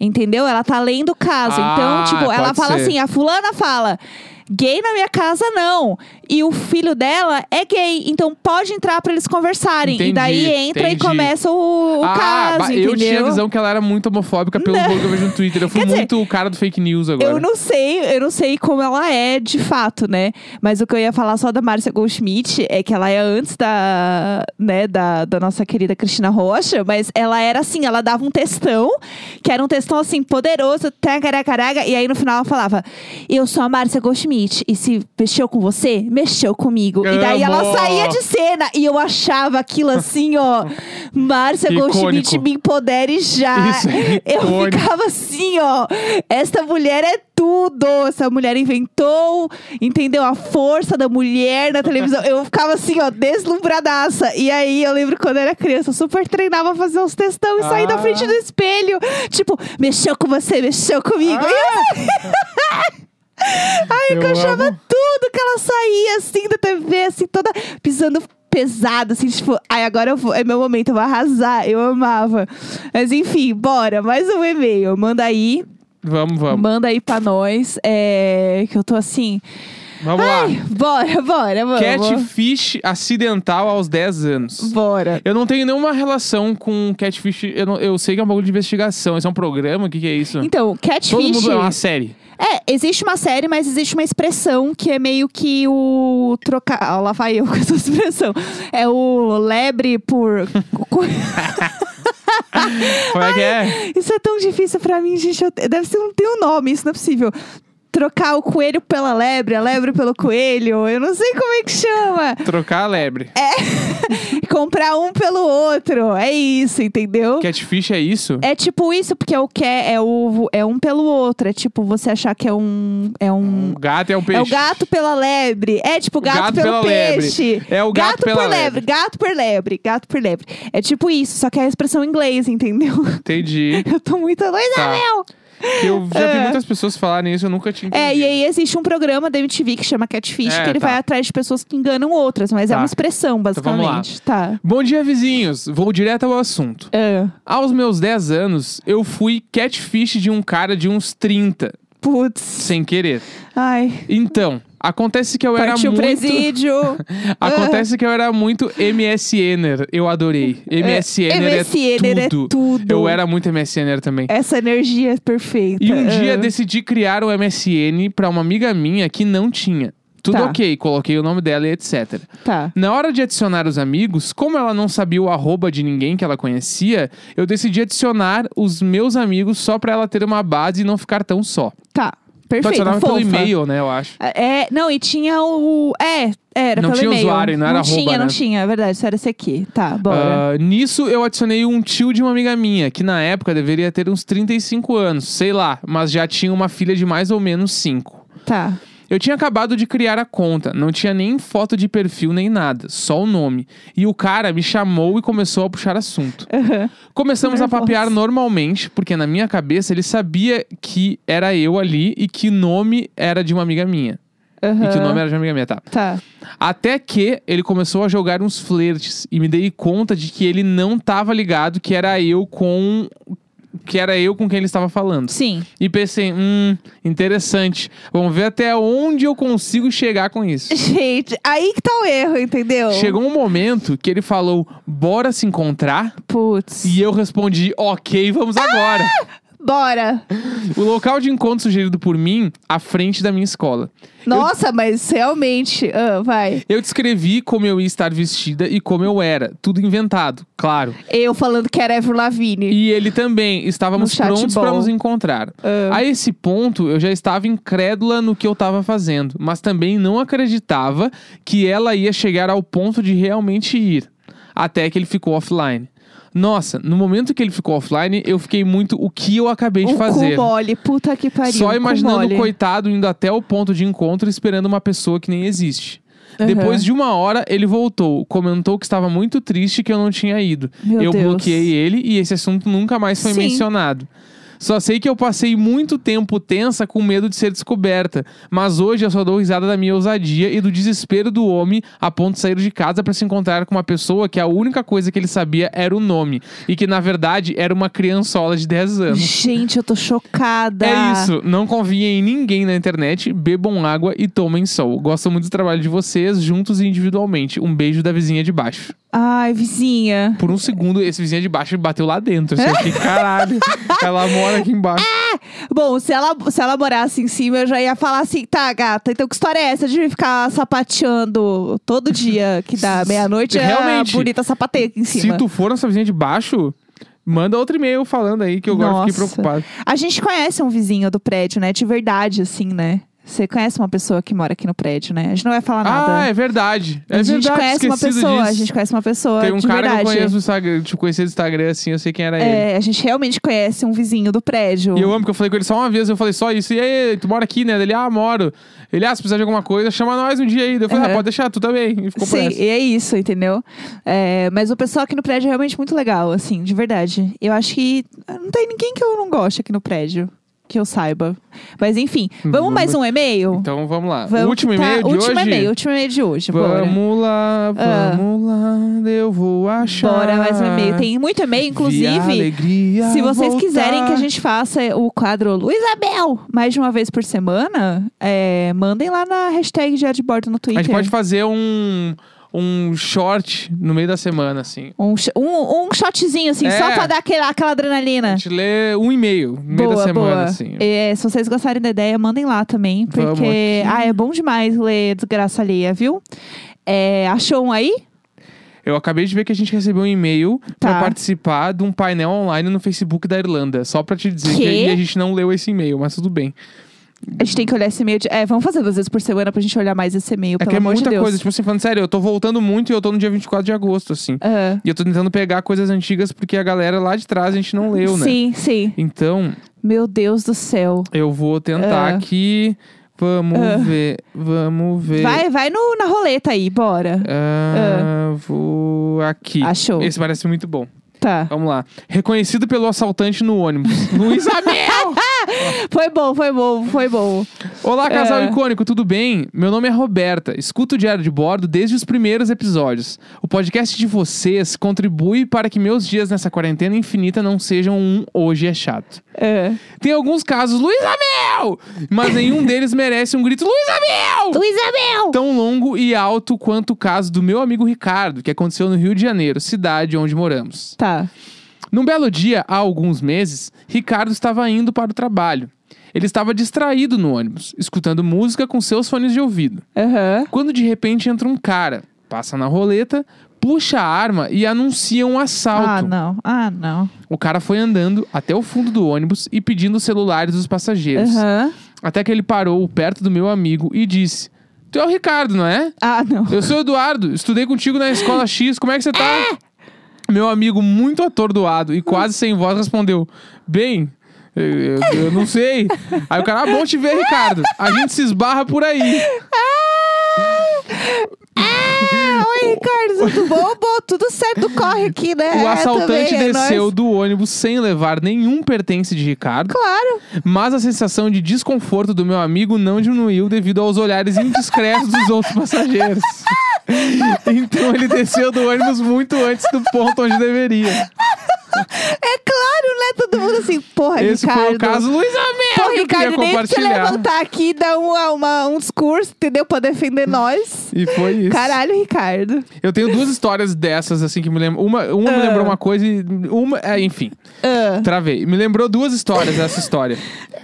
S2: Entendeu? Ela tá lendo o caso.
S1: Ah,
S2: então, tipo, ela
S1: pode
S2: fala
S1: ser.
S2: assim: a fulana fala. Gay na minha casa, não. e o filho dela é gay. Então pode entrar pra eles conversarem.
S1: Entendi,
S2: e daí entra
S1: entendi.
S2: e começa é o, o
S1: ah,
S2: caso,
S1: bah,
S2: entendeu?
S1: eu tinha a visão que ela era muito homofóbica pelo
S2: Não.
S1: jogo que eu vejo no Twitter. Eu fui
S2: Quer dizer,
S1: muito o cara do fake news agora.
S2: Eu não sei, eu não sei como ela é de fato, né? Mas o que eu ia falar só da Márcia Goldschmidt é que ela é antes da, né, da, da nossa querida Cristina Rocha, mas ela era assim, ela dava um textão, que era um textão assim, poderoso, tacaracaraga, e aí no final ela falava, eu sou a Márcia Goldschmidt, e se mexeu com você, mexeu comigo. E daí ela
S1: Amo!
S2: saía de cena, e eu achava aquilo assim, ó, Márcia
S1: Icônico.
S2: Goldschmidt me empodere já.
S1: Isso é
S2: eu
S1: icônico.
S2: ficava assim, ó. Esta mulher é tudo. Essa mulher inventou, entendeu? A força da mulher na televisão. Eu ficava assim, ó, deslumbradaça. E aí eu lembro quando eu era criança, eu super treinava a fazer uns textão e sair
S1: Ah.
S2: da frente do espelho. Tipo, mexeu com você, mexeu comigo. E eu- Ai,
S1: Ah, Eu
S2: eu, achava
S1: amo.
S2: tudo que ela saía assim da TV, assim, toda pisando pesado, assim, tipo, ai, agora eu vou, é meu momento, eu vou arrasar, eu amava. Mas enfim, bora, mais um e-mail, manda aí,
S1: Vamos, vamos.
S2: manda aí pra nós, é, que eu tô assim,
S1: Vamos
S2: ai, bora, bora,
S1: lá.
S2: vamos.
S1: Catfish acidental aos 10 anos.
S2: Bora.
S1: Eu não tenho nenhuma relação com Catfish. Eu, não- eu sei que é um bagulho de investigação. Esse é um programa? O que, que é isso?
S2: Então,
S1: Todo
S2: Catfish.
S1: mundo é uma série.
S2: É, existe uma série, mas existe uma expressão que é meio que o trocar. Ah, lá vai eu com essa expressão. É o lebre por.
S1: Como é que é?
S2: Isso é tão difícil pra mim, gente. Eu- Deve ser, não tem um nome, isso não é possível. Trocar o coelho pela lebre, a lebre pelo coelho. Eu não sei como é que chama.
S1: Trocar a lebre.
S2: É Comprar um pelo outro. É isso, entendeu?
S1: Catfish é isso?
S2: É tipo isso, porque é o que é o é um pelo outro. É tipo você achar que é um é um
S1: O gato é um peixe.
S2: É o gato pela lebre. É tipo gato,
S1: Gato
S2: pelo
S1: pela lebre.
S2: peixe.
S1: É o gato pela
S2: por
S1: lebre.
S2: Gato por lebre. Gato por lebre. É tipo isso, só que é a expressão em inglês, entendeu?
S1: Entendi.
S2: Eu tô muito doida,
S1: Tá.
S2: meu!
S1: Eu já vi
S2: É.
S1: muitas pessoas falarem isso, eu nunca tinha entendido.
S2: É, e aí existe um programa da MTV que chama Catfish,
S1: É,
S2: que ele
S1: tá.
S2: vai atrás de pessoas que enganam outras, mas é
S1: Tá.
S2: uma
S1: vamos lá.
S2: expressão, basicamente. Tá.
S1: Bom dia, vizinhos. Vou direto ao assunto.
S2: É.
S1: Aos meus 10 anos, eu fui catfish de um cara de uns 30,
S2: Putz.
S1: sem querer.
S2: Ai.
S1: Então, acontece que eu era
S2: Partiu o
S1: muito
S2: presídio. Ah.
S1: Acontece que eu era muito MSNer. er, Eu adorei.
S2: É,
S1: MSNer,
S2: MSNer
S1: é,
S2: é
S1: tudo.
S2: tudo.
S1: Eu era muito MSNer er também.
S2: Essa energia é perfeita.
S1: E um dia
S2: Ah.
S1: decidi criar o MSN pra uma amiga minha que não tinha. Tudo
S2: Tá.
S1: ok, coloquei o nome dela e etc.
S2: Tá.
S1: Na hora de adicionar os amigos, como ela não sabia o arroba de ninguém que ela conhecia, eu decidi adicionar os meus amigos só pra ela ter uma base e não ficar tão só.
S2: Tá.
S1: Tu
S2: Perfeito.
S1: adicionava pelo
S2: fofa.
S1: e-mail, né, eu acho.
S2: É, não, e tinha o. É, era
S1: Não
S2: pelo
S1: tinha
S2: e-mail.
S1: usuário, não era
S2: Não
S1: arroba,
S2: tinha,
S1: né?
S2: não tinha, é verdade, só era esse aqui. Tá, bora.
S1: Ah, nisso, eu adicionei um tio de uma amiga minha, que na época deveria ter uns 35 anos, sei lá, mas já tinha uma filha de mais ou menos 5.
S2: Tá.
S1: Eu tinha acabado de criar a conta, não tinha nem foto de perfil nem nada, só o nome. E o cara me chamou e começou a puxar assunto.
S2: Aham.
S1: Começamos a
S2: Nervosa.
S1: papear normalmente, porque na minha cabeça ele sabia que era eu ali e que nome era de uma amiga minha. E que o
S2: Aham.
S1: nome era de uma amiga minha, tá?
S2: Tá.
S1: Até que ele começou a jogar uns flertes e me dei conta de que ele não tava ligado que era eu com que era eu com quem ele estava falando.
S2: Sim.
S1: E pensei, hum, interessante. Vamos ver até onde eu consigo chegar com isso.
S2: Gente, aí que tá o erro, entendeu?
S1: Chegou um momento que ele falou: "Bora se encontrar?"
S2: Putz.
S1: E eu respondi: "OK, vamos agora."
S2: Bora.
S1: O local de encontro sugerido por mim, à frente da minha escola.
S2: Nossa, mas realmente. ah, vai.
S1: Eu descrevi como eu ia estar vestida e como eu era, tudo inventado, claro.
S2: Eu falando que era Evelyn Lavigne.
S1: E ele também. Estávamos
S2: No chat
S1: prontos para
S2: bom.
S1: nos encontrar.
S2: Ah.
S1: A esse ponto, eu já estava incrédula no que eu estava fazendo, mas também não acreditava que ela ia chegar ao ponto de realmente ir. Até que ele ficou offline. Nossa, no momento que ele ficou offline, eu fiquei muito o que eu acabei de
S2: um
S1: fazer.
S2: cu mole, puta que pariu. um
S1: Só
S2: cu
S1: imaginando
S2: mole.
S1: o coitado indo até o ponto de encontro esperando uma pessoa que nem existe.
S2: Aham.
S1: Depois de uma hora, ele voltou, comentou que estava muito triste que eu não tinha ido.
S2: Meu
S1: eu
S2: Deus.
S1: bloqueei ele e esse assunto nunca mais foi
S2: Sim.
S1: mencionado. Só sei que eu passei muito tempo tensa com medo de ser descoberta. Mas hoje eu só dou risada da minha ousadia e do desespero do homem a ponto de sair de casa para se encontrar com uma pessoa que a única coisa que ele sabia era o nome. E que, na verdade, era uma criançola de 10 anos.
S2: Gente, eu tô chocada.
S1: É isso, não confiem em ninguém na internet, bebam água e tomem sol. Gosto muito do trabalho de vocês, juntos e individualmente. Um beijo da vizinha de baixo.
S2: Ai, vizinha.
S1: Por um segundo, esse vizinho de baixo bateu lá dentro. Assim, eu fiquei, caralho, ela mora aqui embaixo.
S2: Bom, se ela, se ela morasse em cima, eu já ia falar assim, tá, gata, então que história é essa de ficar sapateando todo dia que dá meia-noite?
S1: Realmente.
S2: É bonita sapateia aqui em
S1: Se
S2: cima.
S1: tu for nessa vizinha de baixo, manda outro e-mail falando aí que eu agora fiquei
S2: Nossa.
S1: preocupado.
S2: A gente conhece um vizinho do prédio, né? De verdade, assim, né? Você conhece uma pessoa que mora aqui no prédio, né? A gente não vai falar nada.
S1: Ah, é verdade. É
S2: a gente
S1: verdade,
S2: conhece uma
S1: esquecido
S2: pessoa,
S1: disso.
S2: a gente conhece uma pessoa
S1: Tem um
S2: de
S1: cara
S2: verdade.
S1: que eu conheço no Instagram, tipo, conheci do Instagram assim, eu sei quem era ele.
S2: É, a gente realmente conhece um vizinho do prédio.
S1: E eu amo que eu falei com ele só uma vez, eu falei só isso. E aí, tu mora aqui, né? Ele, ah, moro. Ele, ah, se precisar de alguma coisa, chama nós um dia aí. Daí Eu falei, ah,
S2: Aham.
S1: pode deixar, tu também. E ficou por
S2: Sim,
S1: essa.
S2: e é isso, entendeu? É, mas o pessoal aqui no prédio é realmente muito legal, assim, de verdade. Eu acho que não tem ninguém que eu não goste aqui no prédio, que eu saiba. Mas enfim, vamos
S1: Hum, Vamos.
S2: mais um e-mail?
S1: Então vamos lá.
S2: Vamos
S1: o último
S2: que tá-
S1: e-mail de
S2: último
S1: hoje.
S2: e-mail, último e-mail de hoje. Bora.
S1: Vamos lá,
S2: Ah.
S1: vamos lá, eu vou achar.
S2: Bora, mais um e-mail. Tem muito e-mail,
S1: Vi a
S2: inclusive.
S1: alegria
S2: Se vocês
S1: voltar.
S2: quiserem que a gente faça o quadro Luizabel mais de uma vez por semana, é, mandem lá na hashtag Diário de Bordo no
S1: A
S2: Twitter.
S1: gente pode fazer um, um short no meio da semana, assim.
S2: Um, sh- um, um shotzinho, assim,
S1: É.
S2: só pra dar aquela, aquela
S1: A
S2: adrenalina.
S1: gente lê um e-mail no meio da
S2: É. boa,
S1: semana,
S2: boa.
S1: assim.
S2: É, se vocês gostarem da ideia, mandem lá também.
S1: Vamos
S2: Porque,
S1: aqui.
S2: ah, é bom demais ler Desgraça Alheia, viu? É, achou um aí?
S1: Eu acabei de ver que a gente recebeu um e-mail pra
S2: Tá.
S1: participar de um painel online no Facebook da Irlanda. Só pra te dizer que,
S2: Quê?
S1: aí a gente não leu esse e-mail, mas tudo bem.
S2: A gente tem que olhar esse e-mail. de- É, vamos fazer duas vezes por semana pra gente olhar mais esse e-mail,
S1: é
S2: pelo
S1: que é
S2: amor de
S1: muita
S2: Deus.
S1: coisa. Tipo assim, falando sério, eu tô voltando muito e eu tô no dia 24 de agosto, assim.
S2: Ah,
S1: E eu tô tentando pegar coisas antigas porque a galera lá de trás a gente não leu, né?
S2: Sim, sim.
S1: Então,
S2: Meu Deus do céu.
S1: eu vou tentar
S2: Ah.
S1: aqui. Vamos
S2: Ah.
S1: ver, vamos ver.
S2: Vai, vai no, na roleta aí, bora.
S1: Ah, Vou aqui.
S2: Achou.
S1: Esse parece muito bom.
S2: Tá.
S1: Vamos lá. Reconhecido pelo assaltante no ônibus. Luiz Abel!
S2: Foi bom, foi bom, foi bom.
S1: Olá, casal
S2: É.
S1: icônico, tudo bem? Meu nome é Roberta. Escuto o Diário de Bordo desde os primeiros episódios. O podcast de vocês contribui para que meus dias nessa quarentena infinita não sejam um hoje é chato.
S2: É.
S1: Tem alguns casos, Luiz Abel! Mas nenhum deles merece um grito, Luiz Abel!
S2: Isabel!
S1: tão longo e alto quanto o caso do meu amigo Ricardo, que aconteceu no Rio de Janeiro, cidade onde moramos.
S2: Tá.
S1: Num belo dia, há alguns meses, Ricardo estava indo para o trabalho. Ele estava distraído no ônibus, escutando música com seus fones de ouvido.
S2: Aham.
S1: Quando de repente entra um cara, passa na roleta, puxa a arma e anuncia um
S2: Ah,
S1: assalto.
S2: não. Ah, não.
S1: o cara foi andando até o fundo do ônibus e pedindo os celulares dos passageiros.
S2: Aham.
S1: Até que ele parou perto do meu amigo e disse: Tu é o Ricardo, não é?
S2: Ah, não.
S1: Eu sou o Eduardo, estudei contigo na escola X, como é que você tá? Meu amigo, muito atordoado e quase sem voz, respondeu: Bem, eu, eu- eu não sei. Aí o cara, ah, bom te ver, Ricardo. A gente se esbarra por aí.
S2: Ah, oi, Ricardo, tudo bom? Bom, tudo certo, corre aqui, né?
S1: O
S2: É,
S1: assaltante
S2: também, é
S1: desceu
S2: nóis.
S1: do ônibus sem levar nenhum pertence de Ricardo,
S2: Claro.
S1: mas a sensação de desconforto do meu amigo não diminuiu devido aos olhares indiscretos dos outros passageiros. Então ele desceu do ônibus muito antes do ponto onde deveria.
S2: É claro, né? Todo mundo assim, porra,
S1: Esse
S2: Ricardo.
S1: foi o caso Luiz Amel
S2: Porra,
S1: que eu queria
S2: Ricardo, nem pra você
S1: compartilhar.
S2: levantar aqui e dar uma, uma- um discurso, entendeu? Pra defender nós.
S1: E foi isso.
S2: Caralho, Ricardo.
S1: Eu tenho duas histórias dessas, assim, que me lembram. Uma, uma me
S2: Ah.
S1: lembrou uma coisa e uma. é, enfim,
S2: Ah.
S1: travei. Me lembrou duas histórias essa história.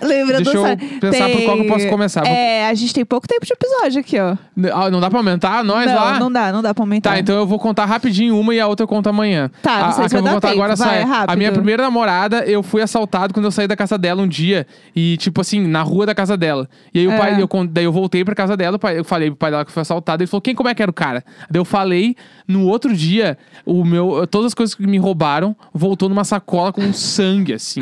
S2: Lembra
S1: Deixa
S2: do
S1: eu pensar por qual que eu posso começar.
S2: É, a gente tem pouco tempo de episódio aqui, ó.
S1: N- ah, Não dá pra aumentar nós
S2: não,
S1: lá?
S2: não dá, não dá pra aumentar.
S1: Tá, então eu vou contar rapidinho uma e a outra eu conto amanhã.
S2: Tá, não
S1: a,
S2: sei
S1: a
S2: se
S1: que eu
S2: vai
S1: vou contar
S2: dar tempo.
S1: agora
S2: Vai, é
S1: sai. A
S2: rápido.
S1: minha primeira namorada, eu fui assaltado quando eu saí da casa dela um dia. E, tipo assim, na rua da casa dela. E aí o
S2: É.
S1: pai, eu, con- daí eu voltei pra casa dela, o pai- eu falei pro pai dela que eu fui assaltado. Ele falou, quem, como é que era o cara? Daí eu falei, no outro dia, o meu, todas as coisas que me roubaram voltou numa sacola com sangue, assim.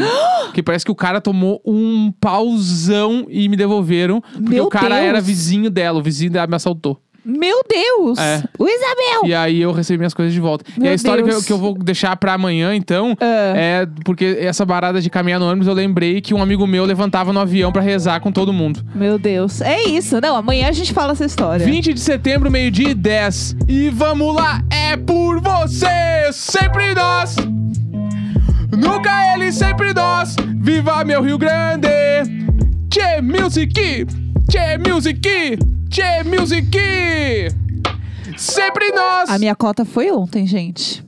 S1: que parece que o cara tomou um pauzão e me devolveram. Porque
S2: Meu
S1: o cara
S2: Deus.
S1: era vizinho dela, o vizinho dela me assaltou.
S2: Meu Deus!
S1: É.
S2: O Isabel!
S1: E aí eu recebi minhas coisas de volta. e
S2: Meu
S1: a história que eu,
S2: Deus.
S1: que eu vou deixar pra amanhã, então, é porque essa barada de caminhar no ônibus, eu lembrei que um amigo meu levantava no avião pra rezar com todo mundo.
S2: Meu Deus. É isso. Não, amanhã a gente fala essa história.
S1: 20 de setembro, meio-dia e 10. E vamos lá, é por você! Sempre nós! Nunca ele, sempre nós! Viva meu Rio Grande! Tchê Music! Tchê Music! Tchê Music! Sempre nós!
S2: A minha cota foi ontem, gente.